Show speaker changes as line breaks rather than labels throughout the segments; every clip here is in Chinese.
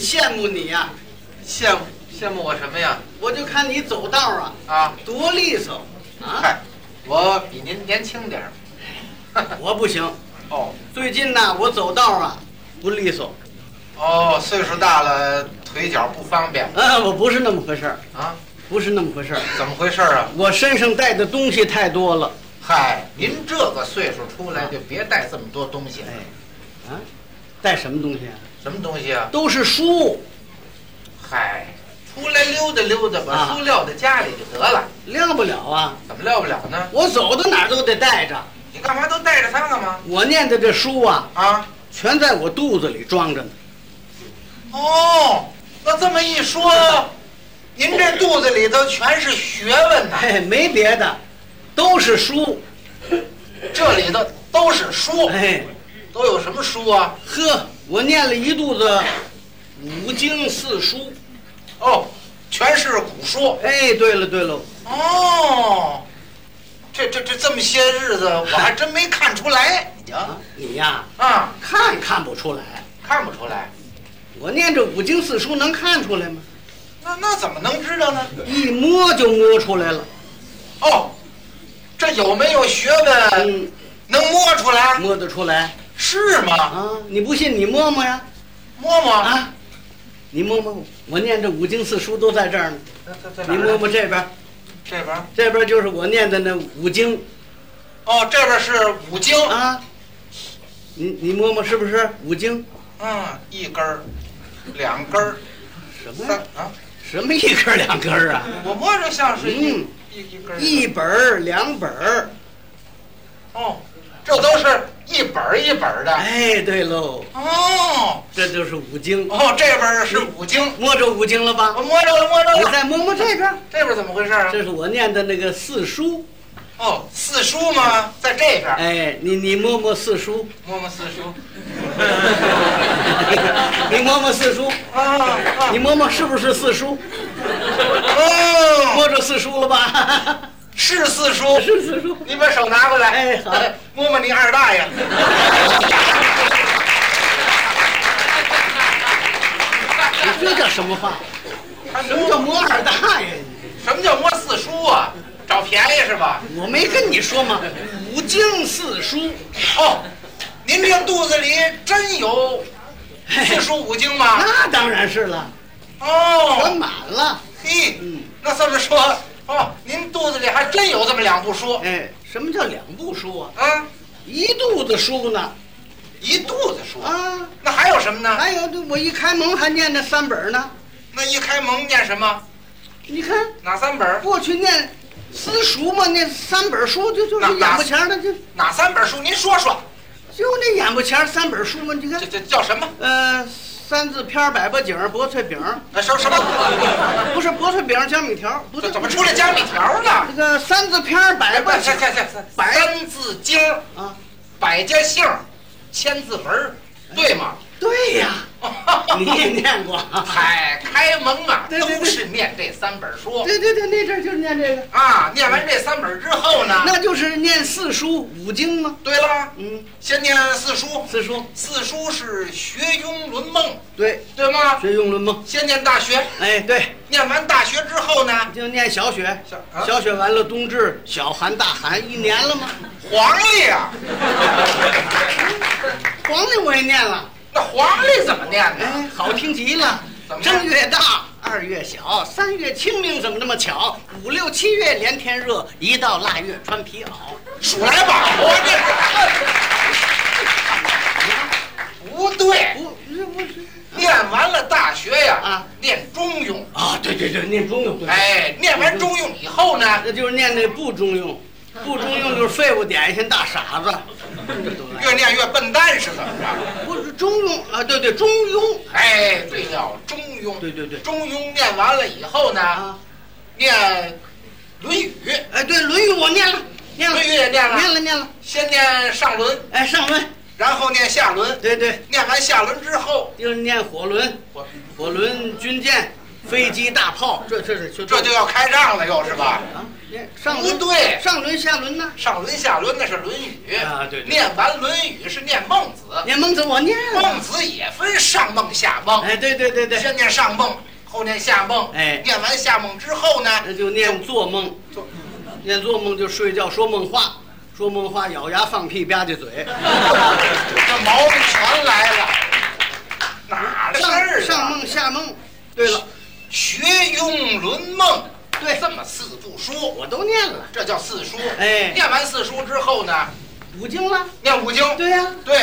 羡慕你呀、
啊羡慕羡慕我什么呀？
我就看你走道啊，
啊，
多利索啊！
嗨，我比您年轻点儿。
我不行，
哦
最近呐、我走道啊不利索，
哦，岁数大了，腿脚不方便
啊，我不是那么回事儿，
啊？
不是那么回事儿，
怎么回事儿啊？
我身上带的东西太多了。
嗨，您这个岁数出来就别带这么多东西了。
哎，啊，带什么东西啊？
什么东西啊？
都是书，
嗨，出来溜达溜达，把
啊
书撂在家里就得了，
晾不了啊。
怎么撂不了呢？
我走到哪儿都得带着。
你干嘛都带着它干嘛？
我念的这书啊，
啊？
全在我肚子里装着呢。
哦，那这么一说，您这肚子里头全是学问呐、
哎，没别的，都是书。
这里头都是书，
哎，
都有什么书啊？
呵，我念了一肚子五经四书。
哦，全是古书。
哎，对了对了，
哦，这这这这么些日子，我还真没看出来。
啊，你呀
啊，
看看不出来，
看不出来，
我念这五经四书能看出来吗？
那那怎么能知道呢？
一摸就摸出来了。
哦，这有没有学问
嗯，
能摸出来？
摸得出来
是吗？
啊！你不信你摸摸呀
摸摸，
啊！你摸摸，我念这五经四书都在这儿呢。
在在在哪
你
儿呢
摸摸这边，
这边。
这边就是我念的那五经
哦，这边是五经，
啊。你你摸摸是不是五经？
嗯，一根儿，两根儿，
什么
三
呀？
啊，
什么一根儿两根儿啊？
我摸着像是一、
嗯
一一根儿
一本儿两本儿。
哦，这都是一本儿一本儿的。
哎，对喽，
哦
这就是五经。
哦，这边儿是五经，
摸着五经了吧？
我摸着了，摸着
你
了。
再摸摸这边，
这边儿怎么回事啊？
哎这是我念的那个四书。
哦，四书吗？在这边儿，
哎，你你摸摸四书，
摸摸四书。
你摸摸四书，
啊啊
你摸摸是不是四书？
哦，
摸着四书了吧？
是四书。
是四书。
你把手拿过来，
哎好，
摸摸你二大爷。
你这叫什么话？什么叫摸二大爷？
什么叫摸四书啊？找便宜是吧？
我没跟你说吗？五经四书，
哦，您这肚子里真有四书五经吗？
那当然是了，全
哦，
满了。
嘿，那这么说，哦，您肚子里还真有这么两部书
哎，什么叫两部书啊？
啊，
一肚子书呢。
一肚子书。
啊，
那还有什么 呢？
还有哎这我一开蒙还念那三本呢。
那一开蒙念什么？
你看，
哪三本儿？
过去念私塾嘛，那三本书就就
那
是眼巴前儿的，就
哪三本书？您说说，
就那眼巴前儿三本书嘛。你看
这，这叫什么？
呃，三字篇儿、百八景儿、薄脆饼儿，
那呃什什么？
不是薄脆饼儿、江米条儿，不
这
对，
怎么出来加米条了
这？个三字篇儿、百
哎，不
八
是，
景
这
儿
这这
白
三字经儿，
啊？
百家姓儿，千字文儿，对吗？
对呀，你也念过啊？
嗨，开蒙啊，
对对对
都是念这三本书
对对对，那阵儿就是念这个，
啊。念完这三本之后呢，
那就是念四书五经嘛。
对了，
嗯，
先念四书，
四书
四书是学庸论孟，
对，
对吗？
学《雍伦梦》。
先念大学，
哎，对，
念完大学之后呢，
就念小雪，
小啊
小雪完了冬至，小寒大寒，一年了吗？
黄历啊，
黄历我也念了，
那黄历怎么念呢？
哎，好听极了
怎。么样
正月大，二月小，三月清明怎么那么巧？五六七月连天热，一到腊月穿皮袄。
数来宝啊，这是 不对，
不，这不是
念完了大学呀，
啊
念中庸。
啊？对对对，念中庸。哎，
哎，念完中庸以后呢，
那就是念那不中庸，不中庸就是废物点心大傻子。
越念越笨蛋是怎么着？
不是中庸啊？对对，中庸。
哎，对了，中庸，
对对对
中庸念完了以后呢，
啊，
念《论语》，
哎，对，《论语》我念了，念了，
论语也念了
念了，念了。
先念上轮，
哎，上文，
然后念下轮，
对对，
念完下轮之后，
就是念火轮、
我
火轮、军舰、飞机、大炮，这这是这
这就要开仗了，又是吧？
啊，念上
不
轮
对，
上轮下轮呢？
上轮下轮那是《论语》
啊对对哎
念完《论语》是念孟子，
你孟子我念
孟
了。
子也分上孟下孟，
哎，对对对对，
嗯先念上孟，后念下孟。
哎
念完下孟之后呢，
那就念做梦，
就
念做梦就睡觉说梦话，说梦话咬牙放屁吧唧嘴，
这毛病全来了，哪 儿的事儿
上
啊？
上梦下梦。对了，
学庸论孟，
对
这么四部书，
我都念了
这叫四书。
哎
念完四书之后呢，
五经了。
念五经。
对呀、
对，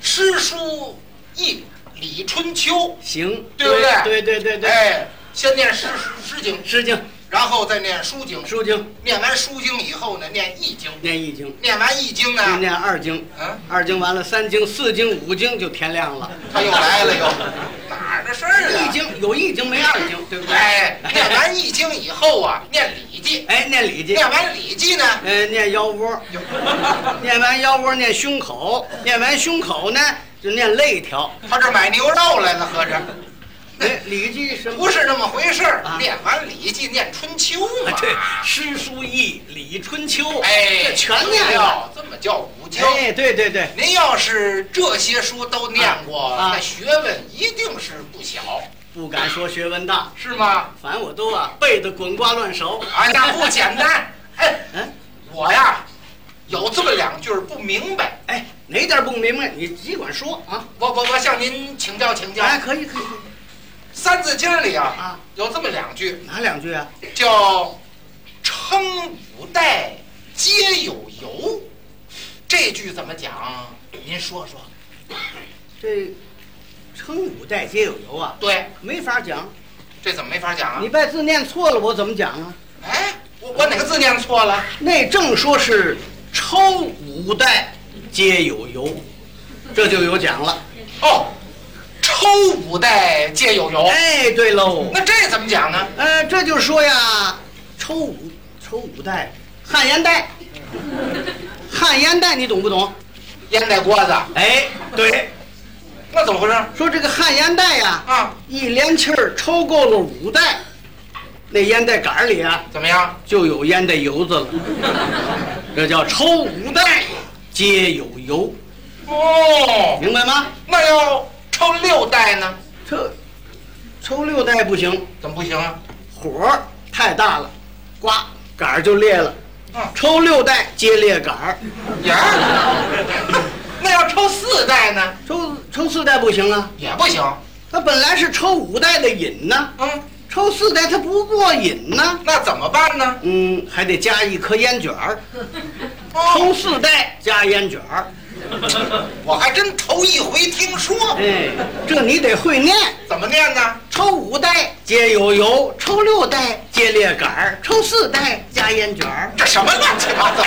诗书易礼春秋，
行，
对不对？
对对对对，
哎，先念诗诗经，
诗经、
然后再念书经。
书经
念完书经以后呢，念易经。
念易经，
念完易经
又
呢，
念二经，
嗯，
二经完了三经、四经、五经就天亮了。
他又来了又， 哪儿的事儿啊？
易经有易经没二经，对不对？
哎，念完易经以后啊，念礼记。
哎，念礼记，
念完礼记呢，
呃，念腰窝，念完腰窝念胸口，念完胸口呢就念肋条。
他这买牛肉来了，合着。
哎，礼记什么？
不是那么回事儿
啊。
念完《礼记》，念《春秋》嘛。
对，诗书易礼春秋，
哎，
这全念了。
了，这么叫五经。
哎，对对对，
您要是这些书都念过，
啊啊
那学问一定是不小，
不敢说学问大，
啊是吗？
反正我都啊背得滚瓜烂熟。
啊，那不简单。 哎，
嗯，
我呀，有这么两句儿不明白，
哎，哪点不明白你尽管说啊。
我我我向您请教请教。
哎，
《
可以可以，可以
三字经》里啊
啊，
有这么两句，
哪两句啊？
叫“称五代皆有由”，这句怎么讲？您说说。
这称五代皆有由啊，
对，
没法讲。
这怎么没法讲啊
你？把字念错了，我怎么讲啊？
哎，我我哪个字念错了？
内正说是超五代皆有由，这就有讲了。
哦，抽五代皆有由。
哎，对喽，
那这怎么讲呢？
呃，这就说呀，抽五抽五代，旱烟袋，旱烟袋你懂不懂？
烟袋锅子，
哎，对，
那怎么回事
说这个旱烟袋呀，
啊？
一连气儿抽够了五袋，那烟袋杆儿里啊
怎么样？
就有烟袋油子了，这叫抽五袋皆有油，
哦，
明白吗？
那要抽六代呢？
抽抽六袋不行，
怎么不行啊？
火儿太大了，呱杆儿就裂了。
嗯，
抽六袋皆裂杆儿，
也， 那要抽四代呢？
抽抽四袋不行啊，
也不行。
它本来是抽五袋的瘾呢，
嗯，
抽四袋它不过瘾呢。
那怎么办呢？
嗯，还得加一颗烟卷儿，抽
哦，
四袋加烟卷儿。
我还真头一回听说。
哎，这你得会念。
怎么念呢？
抽五袋皆有油，抽六袋皆裂杆儿，抽四袋加烟卷儿。
这什么乱七八糟？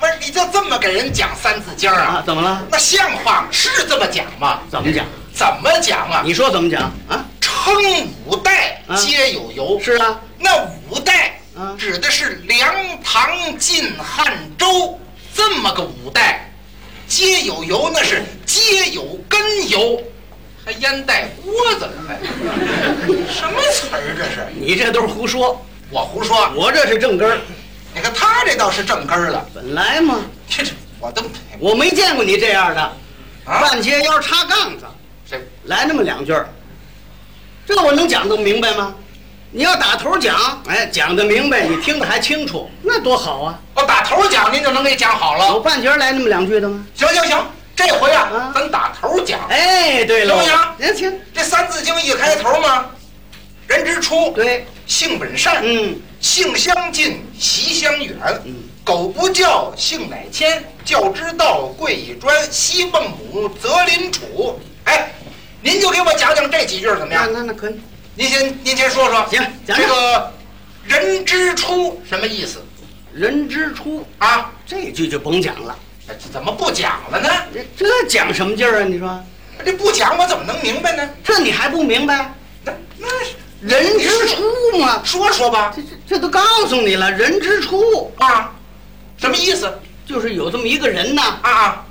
不是，你就这么给人讲《三字经》
啊，
啊？
怎么了？
那像话吗是这么讲吗？
怎么讲？
怎么讲啊？
你说怎么讲啊？
称五代皆有由，
是啊，
那五代
嗯
指的是梁、唐、晋、汉、周这么个五代，皆有由那是皆有根由，还烟袋锅子呢？哎什么词儿这是？
你这都是胡说，
我胡说！
我这是正根儿。
你看他这倒是正根儿了，
本来嘛，
这这我都没
我没见过你这样的，
啊，
半截腰插杠子，
这
来那么两句儿，这我能讲得明白吗？你要打头讲，哎，讲得明白，你听得还清楚，那多好啊！
我打头讲您就能给讲好
有
了。
半截儿来那么两句的吗？
行行行，这回啊
啊，
咱打头讲。
哎，对了，
行不行
哎行，
这《三字经》一开头嘛，人之初，
对，
性本善，
嗯，
性相近，习相远。
嗯
苟不教，性乃迁。教之道，贵以专。昔孟母，择邻处。哎，您就给我讲讲这几句怎么
那
样？
那那可以，
您先，您先说说。
行讲讲
这个“人之初”什么意思
人之初
啊？
这句就甭讲了，
哎怎么不讲了呢？
这这讲什么劲儿啊？你说
这不讲我怎么能明白呢？
这你还不明白？
那那是
人之初嘛，
说说吧
这这这都告诉你了，人之初
啊，什么意思
就是有这么一个人呐，
啊啊？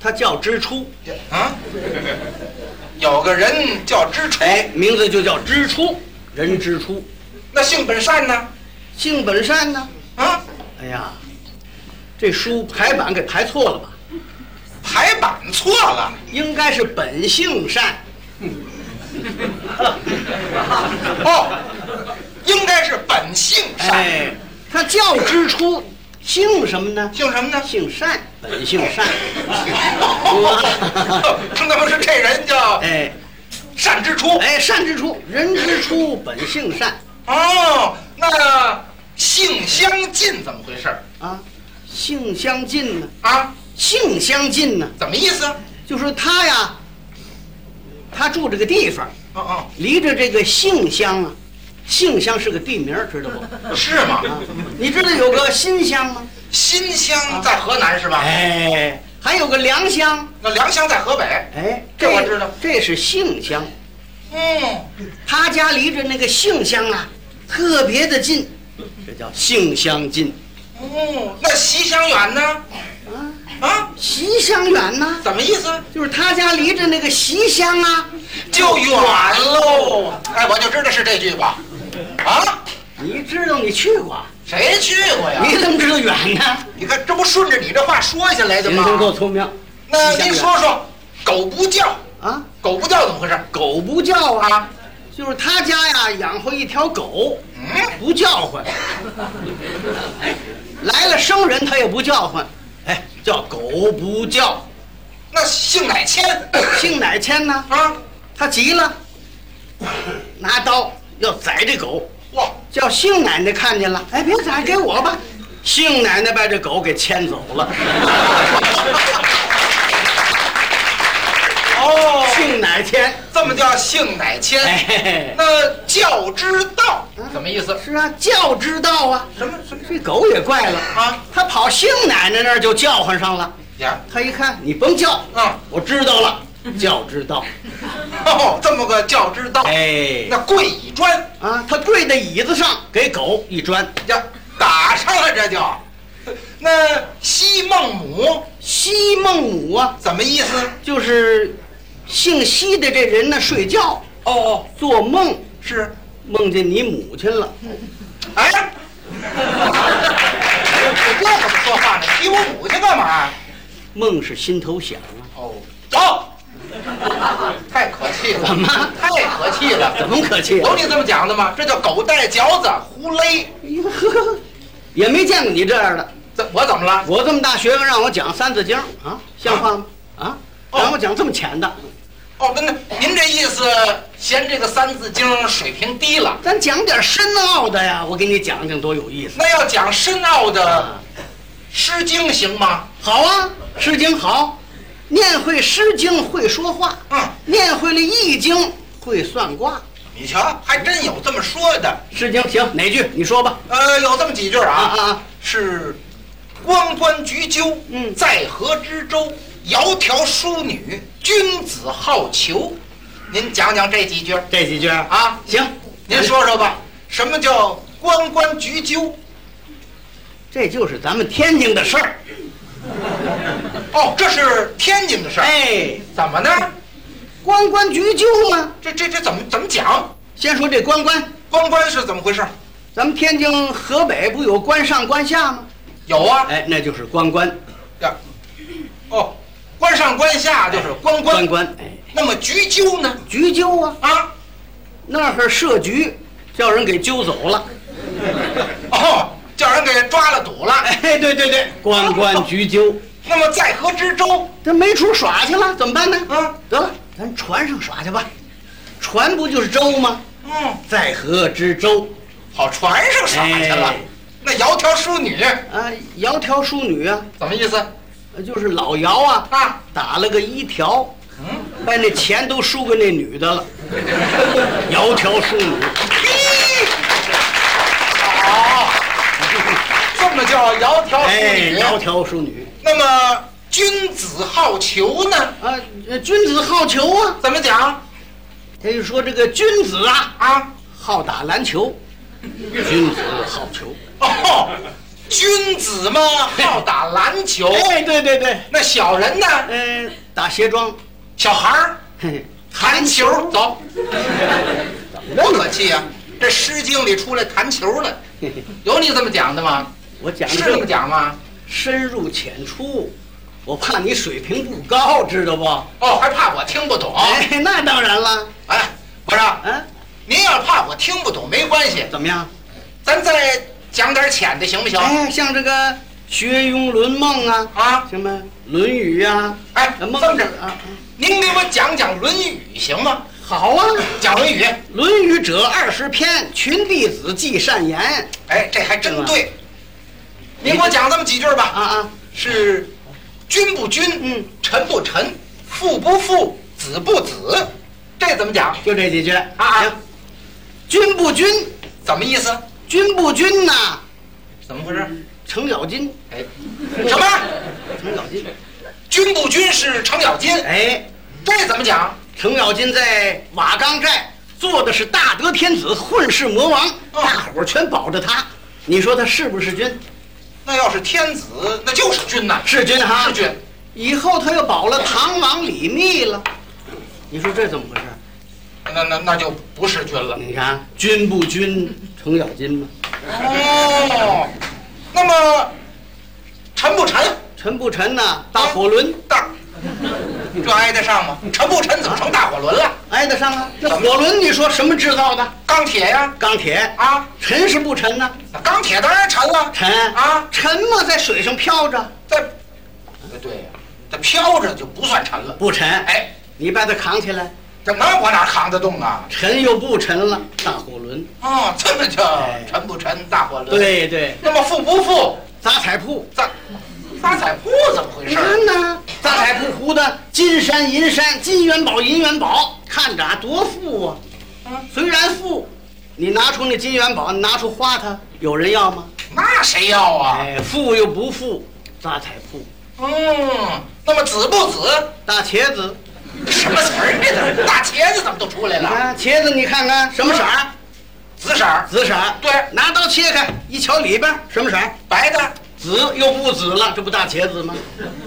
他叫之初，
啊，有个人叫知楚，
哎，名字就叫之初，人之初，
那性本善呢？
性本善呢。
啊，
哎呀，这书排版给排错了吧？
排版错了，
应该是本性善。
哦，应该是本姓善，
哎，他教之初姓什么呢？
姓什么呢？
姓单，本姓单。
那不是这人叫
哎
善之初
哎，善之初，人之初，本性善
哦，那性相近怎么回事儿
啊。性相近呢？
啊？
性相近呢？
怎么意思？
就说他呀，他住这个地方，
哦
离着这个杏乡啊，杏乡是个地名儿，知道不？
哦，是吗？
你知道有个新乡吗？
新乡在河南是吧？
哎，还有个良乡，
那良乡在河北。
哎，
这我知道
这是杏乡，
嗯，
他家离着那个杏乡啊，特别的近，这叫杏乡近
哦，那西乡远呢？
啊。
啊，
席乡远呢、
怎么意思？
就是他家离着那个席乡啊，
就远喽。哎，我就知道是这句吧。啊，
你知道你去过，
谁去过呀？
你怎么知道远呢？
你看，这不顺着你这话说下来的
您
吗？
真够聪明。
那
西乡
您
远
说说，狗不叫，
啊，
狗不叫怎么回事？
狗不叫啊，
啊，
就是他家呀养活一条狗，
嗯，
不叫唤。来了生人，他也不叫唤，哎，叫狗不叫。
那姓乃谦
姓乃谦呢，
啊，
他急了，拿刀要宰这狗，
哇，
叫姓奶奶看见了，哎，别宰，给我吧。姓奶奶把这狗给牵走了，
哦，
姓乃谦。
这么叫姓乃谦。
哎嘿嘿，
那教之道怎么意思？
是啊，叫之道啊。
什么什么
这狗也怪了
啊，
它跑姓奶奶那儿就叫唤上了。
呀？
他一看，你甭叫，
嗯，
我知道了，叫知道。
哦，这么个教之道。
哎，
那跪椅砖
啊，他跪在椅子上给狗一砖。
呀，打上了这就。那西孟母
西孟母啊，
怎么意思？
就是姓西的这人呢，睡觉
哦哦，
做梦
是，
梦见你母亲了。
哎呀，我这怎么说话呢？提我母亲干嘛呀？
梦是心头想啊，
哦，走，太可气了，
怎么
太可气了？
怎么可气啊
有
了？
你这么讲的吗？这叫狗带嚼子胡勒。
也没见过你这样的。
怎我怎么了？
我这么大学问，让我讲《三字经》啊，像话吗？啊，
哦
让我讲这么浅的，
哦，那那您这意思嫌这个《三字经》水平低了？
咱讲点深奥的呀。我给你讲讲，多有意思。
那要讲深奥的
啊
《诗经》行吗？
好啊，《诗经》好，念会《诗经》会说话，
嗯，
念会了《易经》会算卦。
你瞧，还真有这么说的。
《诗经》行，哪句你说吧？
呃，有这么几句
啊
啊，
啊啊！
是“光端橘鸠，
嗯
在河之洲，窈窕淑女，君子好逑”。您讲讲这几句
这几句啊，
啊？
行，
您说说吧，什么叫“光端橘鸠
这就是咱们天津的事儿。”？
哦，这是天津的事儿，
哎，
怎么呢？
关关雎鸠嘛。
这这这怎么怎么讲？
先说这关关，
关关是怎么回事？
咱们天津河北不有关上关下吗？
有啊，
哎，那就是关关
呀，哦，关上关下就是关关。
关关。哎，
那么橘鸠呢？
雎鸠啊，
啊，
那儿设局，叫人给揪走了。
哦，叫人给抓了堵了。
哎，对对对，关关雎鸠。
那么在河之洲，
这哦没处耍去了，怎么办呢？
啊，
得了，咱船上耍去吧。船不就是舟吗？
嗯，
在河之洲。
跑船上耍去了。
哎
那窈窕淑女
啊，窈窕淑女啊，
怎么意思？
呃就是老姚啊，
啊，
打了个一条，
嗯，
把那钱都输给那女的了。窈窕淑女，
嘿，好，这么叫窈窕淑
哎，
女。
窈窕淑女
那么君子好逑呢？
啊，呃君子好逑啊。
怎么讲
他就说这个君子啊，
啊？
好打篮球，君子好逑。
哦，君子嘛，好打篮球。
哎，对对对，
那小人呢？
嗯、打鞋 装，
小孩儿
嘿嘿，
弹球，走，
哎
多可气呀！这《诗经》里出来弹球了，有你这么讲的吗？
我讲的
是这么讲吗？
深入浅出，我怕你水平不高，知道不？
哦，还怕我听不懂？
哎，那当然了。
哎，不是，
啊，
您要是怕我听不懂没关系，
怎么样？
咱再讲点浅的行不行？
哎，像这个学庸论孟啊，
啊，
什么《论语》啊，
哎，这
孟
么
子
着，
啊，
您给我讲讲《论语》行吗？
好啊，
讲《论语》，
《论语》者二十篇，群弟子记善言。
哎，这还真
是吧
对。您给我讲这么几句吧。
啊啊，
是君不君，
嗯，
臣不臣，父不父，子不子，这怎么讲？
就这几句啊
啊
行，君不君，
怎么意思？
君不君呐，
怎么回事？
程咬金，
哎，什么？
程咬金。
君不君是程咬金，
哎，
这怎么讲？
程咬金在瓦岗寨做的是大德天子，混世魔王，
哦
大伙儿全保着他。你说他是不是君？
那要是天子，那就是君呐，
是君哈，
是君。
以后他又保了唐王李密了，你说这怎么回事？
那那那就不是君了。
你看君不君，程咬金吗？
哦，那么臣不臣，
臣不臣呐，大火轮
大，这挨得上吗？臣不臣怎么成大火轮了？
挨得上啊。这火轮你说什么制造的？
钢铁呀，
钢铁，
啊，
沉是不沉呢？
那钢铁当然沉了。
沉
啊
沉嘛，在水上漂着
在，哎对呀、它飘着就不算沉了。
不沉？
哎，
你把它扛起来，
这那我哪扛得动啊？
沉又不沉了，大火轮。
哦，这么叫
哎
沉不沉大火轮？，
对对，
那么富不富？
杂彩铺，
咱发彩铺怎么回
你
事？
看呐，杂彩铺糊的金山银山，金元宝银元宝，看着啊多富啊！
嗯
虽然富，你拿出那金元宝，你拿出花它，有人要吗？
那谁要啊？
哎，富又不富，杂彩铺，
嗯，那么子不子？
大茄子，
什么词儿这都是大茄子怎么都出来
你
了？
看茄子，你看看什么色儿？
紫色儿，
紫色儿。
对
拿刀切开一瞧里边儿什么色儿？
白的，
紫又不紫了，这不大茄子吗？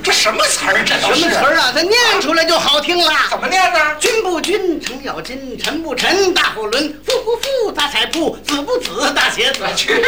这什么词儿？这
什
都
么
是
词儿啊？它念出来就好听啦。
怎么念呢？
君不君，程咬金，臣不臣，大火轮，富不富，大彩铺，子不子，大茄子。
我去。